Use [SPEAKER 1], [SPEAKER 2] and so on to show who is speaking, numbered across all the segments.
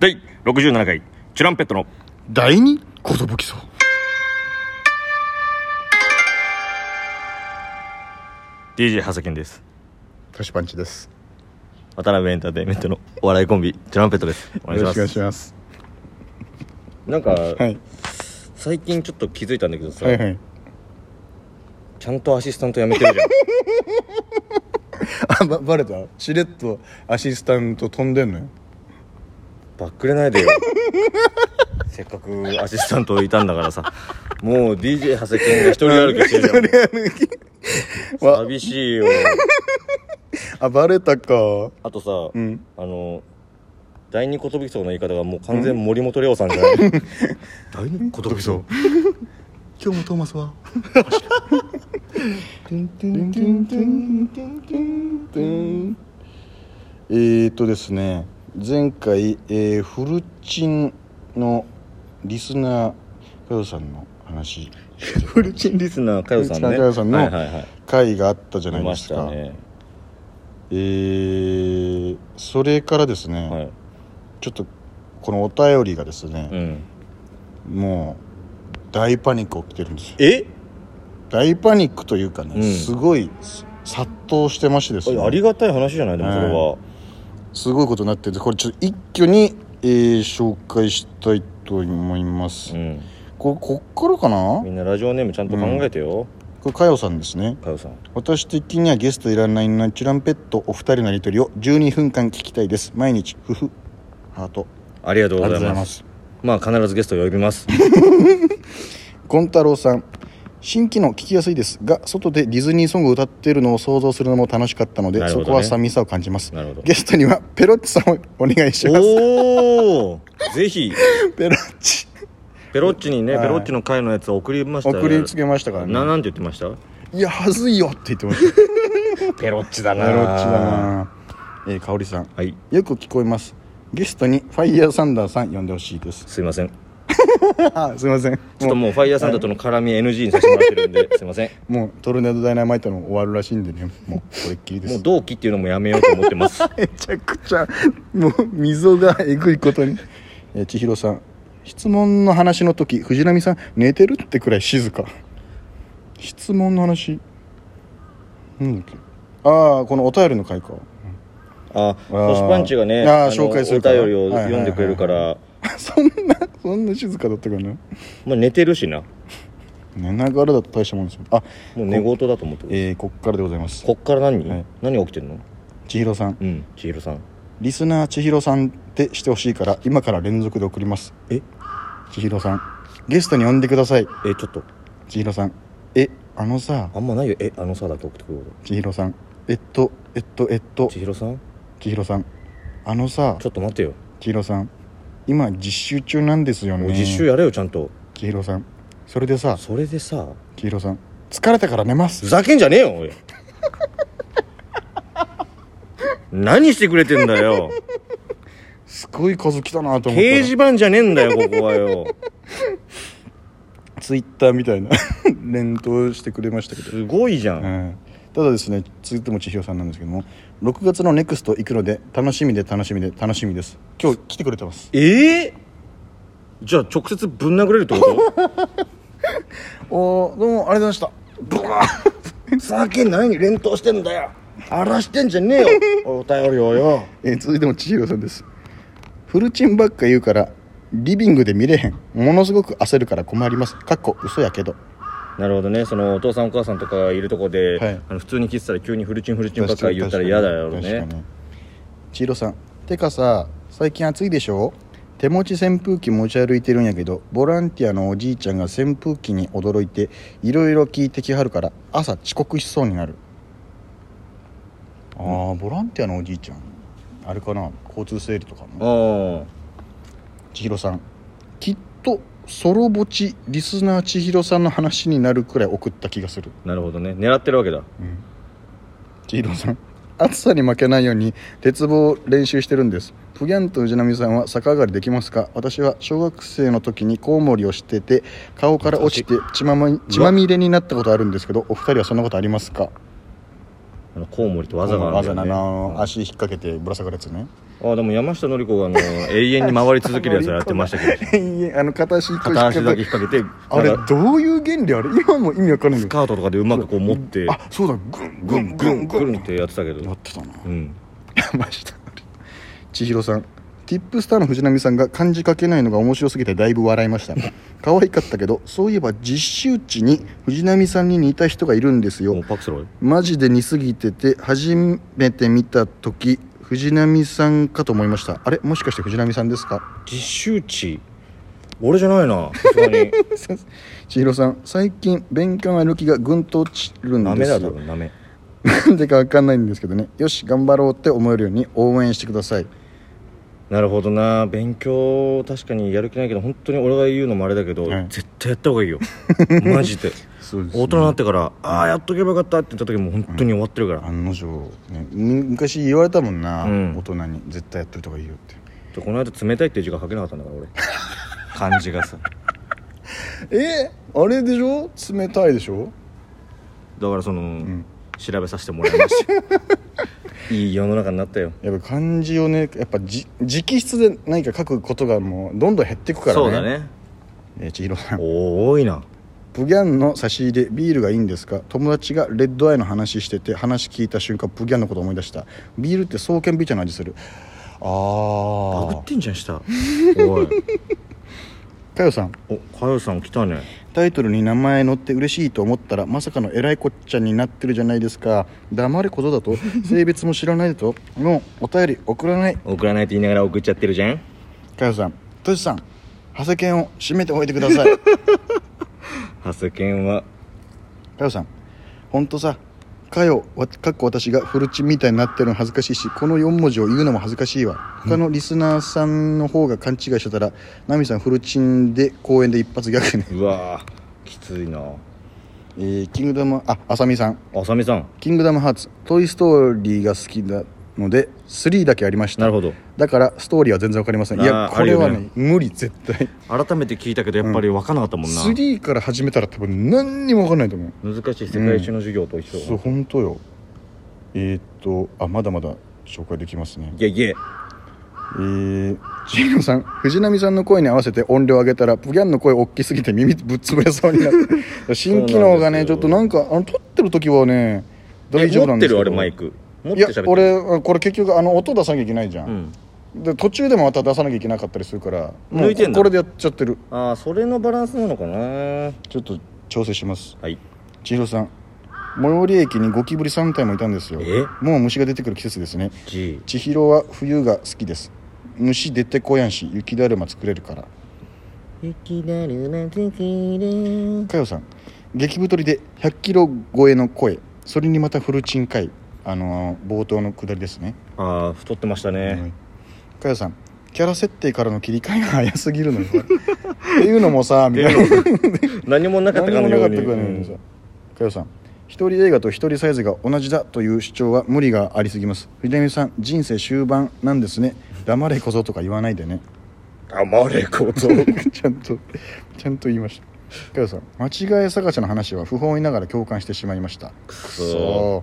[SPEAKER 1] 第67回チュランペットの
[SPEAKER 2] 第二ことぶきそう
[SPEAKER 1] DJ ハサキンです
[SPEAKER 2] トシパンチです
[SPEAKER 1] 渡辺エンターテインメントのお笑いコンビチュランペットですお願いし
[SPEAKER 2] よろ
[SPEAKER 1] ま
[SPEAKER 2] しくお願い
[SPEAKER 1] す
[SPEAKER 2] します
[SPEAKER 1] なんか、
[SPEAKER 2] はい
[SPEAKER 1] 最近ちょっと気づいたんだけどさ、
[SPEAKER 2] はいはい
[SPEAKER 1] ちゃんとアシスタントやめてる じゃん
[SPEAKER 2] あばバレたしれっとアシスタント飛んでんのよ
[SPEAKER 1] バックれないでよせっかくアシスタントいたんだからさもう DJ ハサキンが一人歩きしてるじ ゃん寂しいよ
[SPEAKER 2] あバレたか
[SPEAKER 1] あとさ、
[SPEAKER 2] ん
[SPEAKER 1] あの第二寿荘の言い方がもう完全森本レオさんじゃ ない第二寿荘
[SPEAKER 2] 今日もトーマスはえーっとですね前回、えー、フルチンのリスナーかよさんの話
[SPEAKER 1] フルチンリスナーかよさん
[SPEAKER 2] フルチン
[SPEAKER 1] ね
[SPEAKER 2] かよさんの
[SPEAKER 1] はいはいはい
[SPEAKER 2] 回があったじゃない
[SPEAKER 1] い
[SPEAKER 2] で
[SPEAKER 1] ますし
[SPEAKER 2] か
[SPEAKER 1] たね
[SPEAKER 2] えーそれからですね、
[SPEAKER 1] はい
[SPEAKER 2] ちょっとこのお便りがです
[SPEAKER 1] う
[SPEAKER 2] ね、
[SPEAKER 1] ん
[SPEAKER 2] もう大パニック起きてるんですよ
[SPEAKER 1] え
[SPEAKER 2] 大パニックというかね、
[SPEAKER 1] うん
[SPEAKER 2] すごい殺到してましてですね
[SPEAKER 1] ありがたい話じゃないでもそれは
[SPEAKER 2] すごいことになっててこれちょっと一挙に、えー紹介したいと思います、
[SPEAKER 1] うん
[SPEAKER 2] ここっからかな
[SPEAKER 1] みんなラジオネームちゃんと考えてよ
[SPEAKER 2] これかよさんですね
[SPEAKER 1] かよさん
[SPEAKER 2] 私的にはゲストいらないナチュランペットお二人のやりとりを12分間聞きたいです毎日ふふハート
[SPEAKER 1] ありがとう
[SPEAKER 2] あり
[SPEAKER 1] ござい
[SPEAKER 2] がとうござい
[SPEAKER 1] ま
[SPEAKER 2] ますす
[SPEAKER 1] まあ必ずゲストを呼びます
[SPEAKER 2] ゴン太郎さん新機能聞きやすいですが外でディズニーソングを歌っているのを想像するのも楽しかったので、
[SPEAKER 1] なるほど
[SPEAKER 2] そ
[SPEAKER 1] ね
[SPEAKER 2] こは寂しさを感じます
[SPEAKER 1] なるほど
[SPEAKER 2] ゲストにはペロッチさんをお願いします
[SPEAKER 1] おおぜひ
[SPEAKER 2] ペロッチ
[SPEAKER 1] ペロッチにね
[SPEAKER 2] は
[SPEAKER 1] ペ
[SPEAKER 2] い
[SPEAKER 1] ロッチの会のやつ送りましたよ
[SPEAKER 2] 送りつけましたから
[SPEAKER 1] な
[SPEAKER 2] ね
[SPEAKER 1] なんて言ってました
[SPEAKER 2] いやはずいよって言ってましたペ
[SPEAKER 1] ペロッチだ
[SPEAKER 2] ロッチだなえー、香織さん
[SPEAKER 1] はい
[SPEAKER 2] よく聞こえますゲストにファイヤーサンダーさん呼んでほし いです
[SPEAKER 1] すいませんち
[SPEAKER 2] あすいません
[SPEAKER 1] ょっともうファイヤーサンダーとの絡み NG にさせてもらってるんですいません
[SPEAKER 2] もうトルネードダイナマイトの終わるらしいんでねもうこれっきりで
[SPEAKER 1] もう
[SPEAKER 2] す
[SPEAKER 1] 同期っていうのもやめようと思ってます
[SPEAKER 2] めちゃくちゃもう溝がえぐいことに、 えー、千尋さん質問の話の時藤波さん寝てるってくらい静か質問の話なんだっけああこのお便りの回か
[SPEAKER 1] あ星パンチがね
[SPEAKER 2] あー
[SPEAKER 1] の
[SPEAKER 2] 紹介する
[SPEAKER 1] お
[SPEAKER 2] から
[SPEAKER 1] 便りを読んでくれるから
[SPEAKER 2] そんなそんな静かだったかな
[SPEAKER 1] まあ寝てるしなも
[SPEAKER 2] 寝ながらだと大したもんですよあ
[SPEAKER 1] う寝言だと思ってる
[SPEAKER 2] えー、こっからでございます
[SPEAKER 1] こっから何、
[SPEAKER 2] はい
[SPEAKER 1] 何が起きてんの
[SPEAKER 2] 千尋さん
[SPEAKER 1] うん千尋さん
[SPEAKER 2] リスナー千尋さんってしてほしいから今から連続で送ります
[SPEAKER 1] え
[SPEAKER 2] 千尋さんゲストに呼んでください
[SPEAKER 1] えちょっと
[SPEAKER 2] 千尋さんえあのさ
[SPEAKER 1] あんまないよえあのさだけ送ってくるこ
[SPEAKER 2] 千尋さんえっとえっとえっと
[SPEAKER 1] と千尋さん
[SPEAKER 2] 千尋さんあのさ
[SPEAKER 1] ちょっと待ってよ、
[SPEAKER 2] 千尋さん今実習中なんですよ
[SPEAKER 1] も
[SPEAKER 2] ね
[SPEAKER 1] う実習やれよちゃんと
[SPEAKER 2] 千尋さんそれでさ
[SPEAKER 1] それでさ
[SPEAKER 2] 千尋さん疲れたから寝ま
[SPEAKER 1] ふ
[SPEAKER 2] す
[SPEAKER 1] ざけんじゃねえよおい何してくれてんだよ
[SPEAKER 2] すごい数来たなと思っ
[SPEAKER 1] 掲示
[SPEAKER 2] た
[SPEAKER 1] 板じゃねえんだよここはよ
[SPEAKER 2] ツイッターみたいな 連投してくれましたけど
[SPEAKER 1] すごいじゃん、
[SPEAKER 2] ええただですね続いても千尋さんなんですけども6月のネクスト行くので楽しみで楽しみで楽しみです今日来てくれてます
[SPEAKER 1] ええじゃあ直接ぶん殴れるってこ
[SPEAKER 2] おどうもありがとうございました
[SPEAKER 1] とブワー酒何に連投してんだよ荒らしてんじゃね えよお便りをよ
[SPEAKER 2] えー続いても千尋さんですフルチンばっか言うからリビングで見れへんものすごく焦るから困りますかっこ嘘やけど
[SPEAKER 1] なるほどねそのお父さんお母さんとかいるとこで、
[SPEAKER 2] はい
[SPEAKER 1] あの普通に聞いてたら急にフルチンフルチンばっかり言ったら嫌だよ
[SPEAKER 2] 確かに
[SPEAKER 1] ね
[SPEAKER 2] 確かに千尋さんてかさ最近暑いでしょ手持ち扇風機持ち歩いてるんやけどボランティアのおじいちゃんが扇風機に驚いていろいろ聞いてきはるから朝遅刻しそうになるあーボランティアのおじいちゃんあれかな交通整理とか
[SPEAKER 1] あ
[SPEAKER 2] の
[SPEAKER 1] あ
[SPEAKER 2] 千尋さんきっとソロぼちリスナー千尋さんの話になるくらい送った気がする
[SPEAKER 1] なるほどね狙ってるわけだ
[SPEAKER 2] 千尋さん暑さに負けないように鉄棒を練習してるんですプギャンと藤波さんは逆上がりできますか私は小学生の時にコウモリをしてて顔から落ちて血まま血まみれになったことあるんですけどお二人はそんなことありますか
[SPEAKER 1] ああのコウモリって技があるんだよね
[SPEAKER 2] 技だなあの足引っ掛けてぶら下がるやつね
[SPEAKER 1] ああでも山下紀子があの永遠に回り続ける やつやってましたけど
[SPEAKER 2] いやあの片足一個引っ
[SPEAKER 1] 片足だ
[SPEAKER 2] 掛
[SPEAKER 1] け
[SPEAKER 2] け
[SPEAKER 1] 引っ掛けて
[SPEAKER 2] あれ
[SPEAKER 1] なんか
[SPEAKER 2] どういう原理あれ今も意味わかんないん
[SPEAKER 1] ス
[SPEAKER 2] だけど
[SPEAKER 1] カートとかでうまくこう持って
[SPEAKER 2] あそうだグン
[SPEAKER 1] グ
[SPEAKER 2] グ
[SPEAKER 1] ング
[SPEAKER 2] ング
[SPEAKER 1] ン
[SPEAKER 2] ン
[SPEAKER 1] グ
[SPEAKER 2] グン
[SPEAKER 1] ンってやってたけ
[SPEAKER 2] やっ
[SPEAKER 1] ど
[SPEAKER 2] てたな
[SPEAKER 1] うん
[SPEAKER 2] 山下千尋さんティップスターの藤波さんが漢字書けないのが面白すぎてだいぶ笑いました 可愛かったけどそういえば実習地に藤波さんに似た人がいるんですよ
[SPEAKER 1] もうパクスロイ
[SPEAKER 2] マジで似すぎてて初めて見た時藤波さんかと思いましたあれもしかして藤波さんですか
[SPEAKER 1] 実習地俺じゃないなさすがに
[SPEAKER 2] 千尋さん最近勉強の歩きがぐんと落ちるん
[SPEAKER 1] な
[SPEAKER 2] で
[SPEAKER 1] め
[SPEAKER 2] す
[SPEAKER 1] だ
[SPEAKER 2] よ
[SPEAKER 1] 多分なめ
[SPEAKER 2] なんでかわかんないんですけどねよし頑張ろうって思えるように応援してください
[SPEAKER 1] なるほどな勉強確かにやる気ないけど本当に俺が言うのもあれだけど、
[SPEAKER 2] はい
[SPEAKER 1] 絶対やった方がいい よマジで
[SPEAKER 2] そう
[SPEAKER 1] 大人になってからああやっとけばよかったって言った時もう本当に終わってるから、
[SPEAKER 2] 案の定、ね、む昔言われたもんな、
[SPEAKER 1] うん
[SPEAKER 2] 大人に絶対やっといた方がいいよって
[SPEAKER 1] でこの間冷たいっていう字が書けなかったんだから 俺漢字がさ
[SPEAKER 2] えあれでしょ冷たいでしょ
[SPEAKER 1] だからその、調べさせてもらいました いい世の中になったよ
[SPEAKER 2] やっぱ漢字をねやっぱじ直筆で何か書くことがもうどんどん減っていくからね
[SPEAKER 1] そうだね
[SPEAKER 2] えー千尋さん
[SPEAKER 1] お多いな
[SPEAKER 2] プギャンの差し入れビールがいいんですか友達がレッドアイの話してて話聞いた瞬間プギャンのこと思い出したビールって双剣ビーチャーの味する
[SPEAKER 1] バグ
[SPEAKER 2] あ
[SPEAKER 1] ってんじゃん下おい
[SPEAKER 2] あかよさん
[SPEAKER 1] おかよさん来たね
[SPEAKER 2] タイトルに名前載って嬉しいと思ったらまさかの偉いこっちゃになってるじゃないですか黙れことだ と性別も知らないだともうお便り送らない
[SPEAKER 1] 送らないと言いながら送っちゃってるじゃん
[SPEAKER 2] かよさんとしさん長谷犬を締めておいてくださ いか
[SPEAKER 1] 長谷健は
[SPEAKER 2] よさんほんとさかよわかっこ私がフルチンみたいになってるの恥ずかしいしこの4文字を言うのも恥ずかしいわ他のリスナーさんの方が勘違いしてたらナミさんフルチンで公演で一発ギャグね、
[SPEAKER 1] うわーきついな
[SPEAKER 2] えーキングダムああさみさん
[SPEAKER 1] あさみさん
[SPEAKER 2] キングダムハーツ、トイ・ストーリーが好きなので、3だけありました。
[SPEAKER 1] なるほど
[SPEAKER 2] だから、ストーリーは全然わかりません。い
[SPEAKER 1] あ
[SPEAKER 2] や、
[SPEAKER 1] ー
[SPEAKER 2] これは
[SPEAKER 1] ある
[SPEAKER 2] ね
[SPEAKER 1] よね
[SPEAKER 2] 無理、絶対。
[SPEAKER 1] 改めて聞いたけどやっぱり分かんなかったもんな、
[SPEAKER 2] 3から始めたら多分何にもわかんないと思う。
[SPEAKER 1] 難しい世界一の授業と一緒、
[SPEAKER 2] そう、本当よ。えー、っと、あ、まだまだ紹介できますね。
[SPEAKER 1] いやいや
[SPEAKER 2] えー、チーノさん、藤波さんの声に合わせて音量上げたら、プギャンの声大きすぎて耳ぶっ潰れそうに なって。新機能がね、ち
[SPEAKER 1] そうなんですよ
[SPEAKER 2] ょっとなんか、あの、撮ってる時はね、大丈夫
[SPEAKER 1] 持
[SPEAKER 2] な
[SPEAKER 1] っ
[SPEAKER 2] ん
[SPEAKER 1] て
[SPEAKER 2] ですけ
[SPEAKER 1] る
[SPEAKER 2] ど
[SPEAKER 1] あれマイク持っ
[SPEAKER 2] い
[SPEAKER 1] て
[SPEAKER 2] や
[SPEAKER 1] 喋ってる
[SPEAKER 2] 俺あこれ結局あの音出さなきゃいけないじゃ、
[SPEAKER 1] うんん
[SPEAKER 2] で途中でもまた出さなきゃいけなかったりするからもう
[SPEAKER 1] 抜いてんだ
[SPEAKER 2] これでやっちゃってる
[SPEAKER 1] ああそれのバランスなのかな
[SPEAKER 2] ちょっと調整します
[SPEAKER 1] はい
[SPEAKER 2] 千尋さん最寄り駅にゴキブリ3体もいたんですよ
[SPEAKER 1] え
[SPEAKER 2] もう虫が出てくる季節ですね
[SPEAKER 1] G
[SPEAKER 2] 千尋は冬が好きです虫出てこやんし雪だるま作れるから
[SPEAKER 1] 雪だるま作る
[SPEAKER 2] かよさん激太りで100キロ超えの声それにまたフルチン回あのー冒頭の下りですね
[SPEAKER 1] ああ太ってましたね、
[SPEAKER 2] かよさんキャラ設定からの切り替えが早すぎるのよ っていうのもさみたいな
[SPEAKER 1] 何もなかったかのように
[SPEAKER 2] 何もなかったかのようにさかよさん一人映画と一人サイズが同じだという主張は無理がありすぎます藤波さん人生終盤なんですね黙れこぞとか言わないでね
[SPEAKER 1] うん黙れこと
[SPEAKER 2] ちゃんとちゃんと言いましたかよさん間違い探しの話は不本意ながら共感してしまいました
[SPEAKER 1] く
[SPEAKER 2] くそー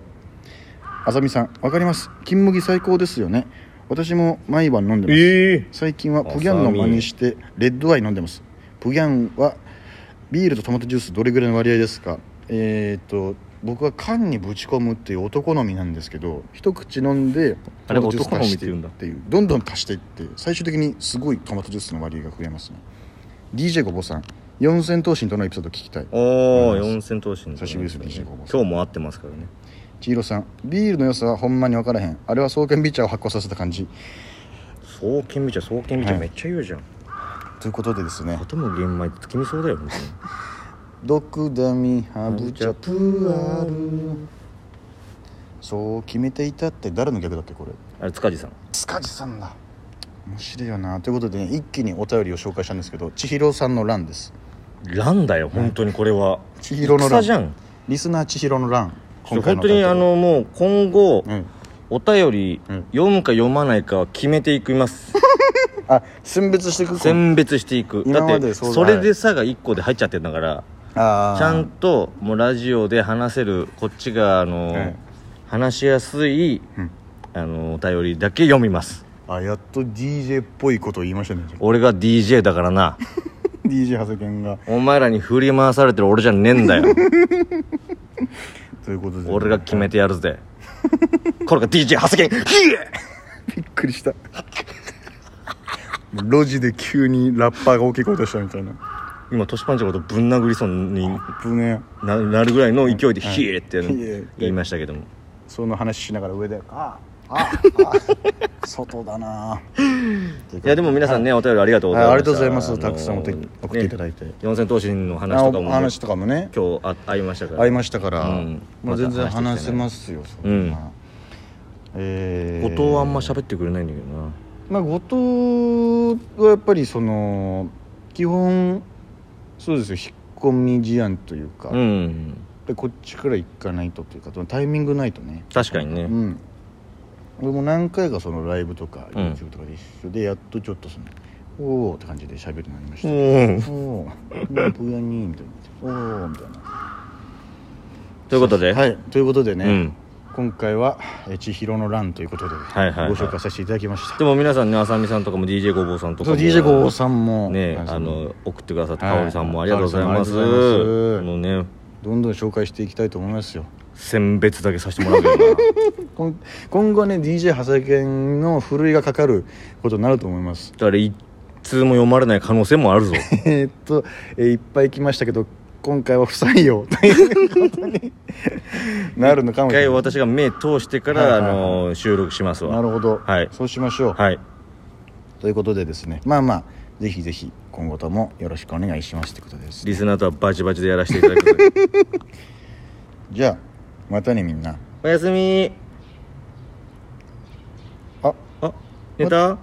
[SPEAKER 2] あざみさんわかります金麦最高ですよね私も毎晩飲んでます
[SPEAKER 1] ええ
[SPEAKER 2] 最近はプギャンの真似してレッドアイ飲んでますプギャンはビールとトマトジュースどれぐらいの割合ですかえっ、と僕は缶にぶち込むっていう男好みなんですけど一口飲んで
[SPEAKER 1] あれ
[SPEAKER 2] トマトジュース
[SPEAKER 1] 男好み
[SPEAKER 2] 足
[SPEAKER 1] っ
[SPEAKER 2] してて
[SPEAKER 1] 言うん
[SPEAKER 2] っ
[SPEAKER 1] だ
[SPEAKER 2] ていうどんどん足していって最終的にすごいトマトジュースの割合が増えますね DJ ごぼうさん四千頭身とのエピソード聞きたい
[SPEAKER 1] おお
[SPEAKER 2] あります
[SPEAKER 1] 四千頭身
[SPEAKER 2] 久しぶりですね25号
[SPEAKER 1] 今日も会ってますからね
[SPEAKER 2] 千尋さんビールの良さはほんまに分からへんあれは創建ビーチャーを発酵させた感じ
[SPEAKER 1] 双剣美茶双剣美茶
[SPEAKER 2] はい
[SPEAKER 1] めっちゃ言うじゃん、
[SPEAKER 2] ということでですね
[SPEAKER 1] 頭玄米って月見そうだよ本
[SPEAKER 2] ドクダミハブチャプアルそう決めていたって誰の逆だっけこれ
[SPEAKER 1] 当にあれ塚地さん
[SPEAKER 2] 塚地さんだ面白いよなということで、ね、一気にお便りを紹介したんですけど千尋さんの欄です
[SPEAKER 1] 乱だよ本当にこれは
[SPEAKER 2] 千尋の
[SPEAKER 1] 戦
[SPEAKER 2] 欄
[SPEAKER 1] じゃん
[SPEAKER 2] リスナー千尋の欄
[SPEAKER 1] 本当にあのもう今後、
[SPEAKER 2] タイトルうん
[SPEAKER 1] お便り、
[SPEAKER 2] うん
[SPEAKER 1] 読むか読まないかは決めていきます
[SPEAKER 2] あ選別していく
[SPEAKER 1] 選別していくだ
[SPEAKER 2] 今
[SPEAKER 1] っ
[SPEAKER 2] ま
[SPEAKER 1] て
[SPEAKER 2] でそうだ
[SPEAKER 1] それでさが1個で入っちゃってんだから
[SPEAKER 2] あー
[SPEAKER 1] ちゃんともうラジオで話せるこっちがあの、
[SPEAKER 2] うん
[SPEAKER 1] 話しやすい、
[SPEAKER 2] うん
[SPEAKER 1] あのお便りだけ読みます
[SPEAKER 2] あやっと DJ っぽいことを言いましたねじゃ
[SPEAKER 1] 俺が DJ だからな
[SPEAKER 2] あ DJ 長谷健が
[SPEAKER 1] お前らに振り回されてる俺じゃねえんだよ
[SPEAKER 2] ということで
[SPEAKER 1] 俺が決めてやるぜこれが DJ 発言ヒエ
[SPEAKER 2] びっくり した路地で急にラッパーが大きい声出したみたいな
[SPEAKER 1] 今トシパンチのことぶん殴りそうに
[SPEAKER 2] 危ねえ
[SPEAKER 1] ななるぐらいの勢いで「
[SPEAKER 2] はい
[SPEAKER 1] ヒエ!」って
[SPEAKER 2] ヒエ
[SPEAKER 1] 言いましたけども
[SPEAKER 2] その話しながら上であああ あ外だない
[SPEAKER 1] やでも皆さんねお便りありがとうございます
[SPEAKER 2] はいありがとうございま
[SPEAKER 1] あ
[SPEAKER 2] す
[SPEAKER 1] の
[SPEAKER 2] たくさんお手送っていただいて
[SPEAKER 1] ね四千頭身の話
[SPEAKER 2] あ
[SPEAKER 1] と
[SPEAKER 2] お
[SPEAKER 1] かも
[SPEAKER 2] 話とかもね
[SPEAKER 1] 今日あ会いましたから
[SPEAKER 2] 会いましたから、
[SPEAKER 1] うん
[SPEAKER 2] まあ、全然
[SPEAKER 1] また話
[SPEAKER 2] 話
[SPEAKER 1] していきたい
[SPEAKER 2] せ
[SPEAKER 1] ね
[SPEAKER 2] ますよ、そ
[SPEAKER 1] うん
[SPEAKER 2] なえ
[SPEAKER 1] 後
[SPEAKER 2] ー
[SPEAKER 1] 藤はあんま喋ってくれないんだけどな
[SPEAKER 2] まあ、後藤はやっぱりその基本そうですよ引っ込み思案というか、
[SPEAKER 1] う
[SPEAKER 2] やっ
[SPEAKER 1] ん
[SPEAKER 2] ぱりこっちから行かないとというかタイミングないとね
[SPEAKER 1] 確かに
[SPEAKER 2] う
[SPEAKER 1] ね
[SPEAKER 2] ん俺も何回かそのライブとか
[SPEAKER 1] うん
[SPEAKER 2] YouTube とかで一緒でやっとちょっとその「おお」って感じで喋るようになりまし
[SPEAKER 1] う
[SPEAKER 2] た、
[SPEAKER 1] ん
[SPEAKER 2] おおーブヤニーみたいな「おお」みたいな
[SPEAKER 1] ということで
[SPEAKER 2] はいということでね、
[SPEAKER 1] うん
[SPEAKER 2] 今回は「え千尋の乱」ということでご
[SPEAKER 1] いはいはい
[SPEAKER 2] 紹介させていただきました、
[SPEAKER 1] でも皆さんねあさみさんとかも DJ ごぼうさんとか
[SPEAKER 2] そう
[SPEAKER 1] も
[SPEAKER 2] DJ ゴーさんも
[SPEAKER 1] ね
[SPEAKER 2] はい
[SPEAKER 1] あの送ってくださって
[SPEAKER 2] はい
[SPEAKER 1] かおりさんもありがとうございます
[SPEAKER 2] かおりさんもありがとうございます
[SPEAKER 1] もうね
[SPEAKER 2] どんどん紹介していきたいと思いますよ
[SPEAKER 1] 選別だけさせてもらうけどな
[SPEAKER 2] 今今後ね DJ 長谷健のふるいがかかることになると思います
[SPEAKER 1] だから一通も読まれない可能性もあ るぞ
[SPEAKER 2] えーっと、えーいっぱい来ましたけど今回は不 採用ということになるのかも
[SPEAKER 1] 一
[SPEAKER 2] し
[SPEAKER 1] 回
[SPEAKER 2] れない
[SPEAKER 1] 私が目通してか
[SPEAKER 2] は
[SPEAKER 1] ら
[SPEAKER 2] い
[SPEAKER 1] あ
[SPEAKER 2] はいはい
[SPEAKER 1] の収録します
[SPEAKER 2] な
[SPEAKER 1] わ
[SPEAKER 2] るほど、
[SPEAKER 1] はい
[SPEAKER 2] そうしましょう、
[SPEAKER 1] はい
[SPEAKER 2] ということでですねまあまあぜひぜひ今後ともよろしくお願いしますということです
[SPEAKER 1] リスナーとはバチバチでやらせていただくので
[SPEAKER 2] じゃあまたねみんな
[SPEAKER 1] おやすみ
[SPEAKER 2] あ
[SPEAKER 1] あ寝た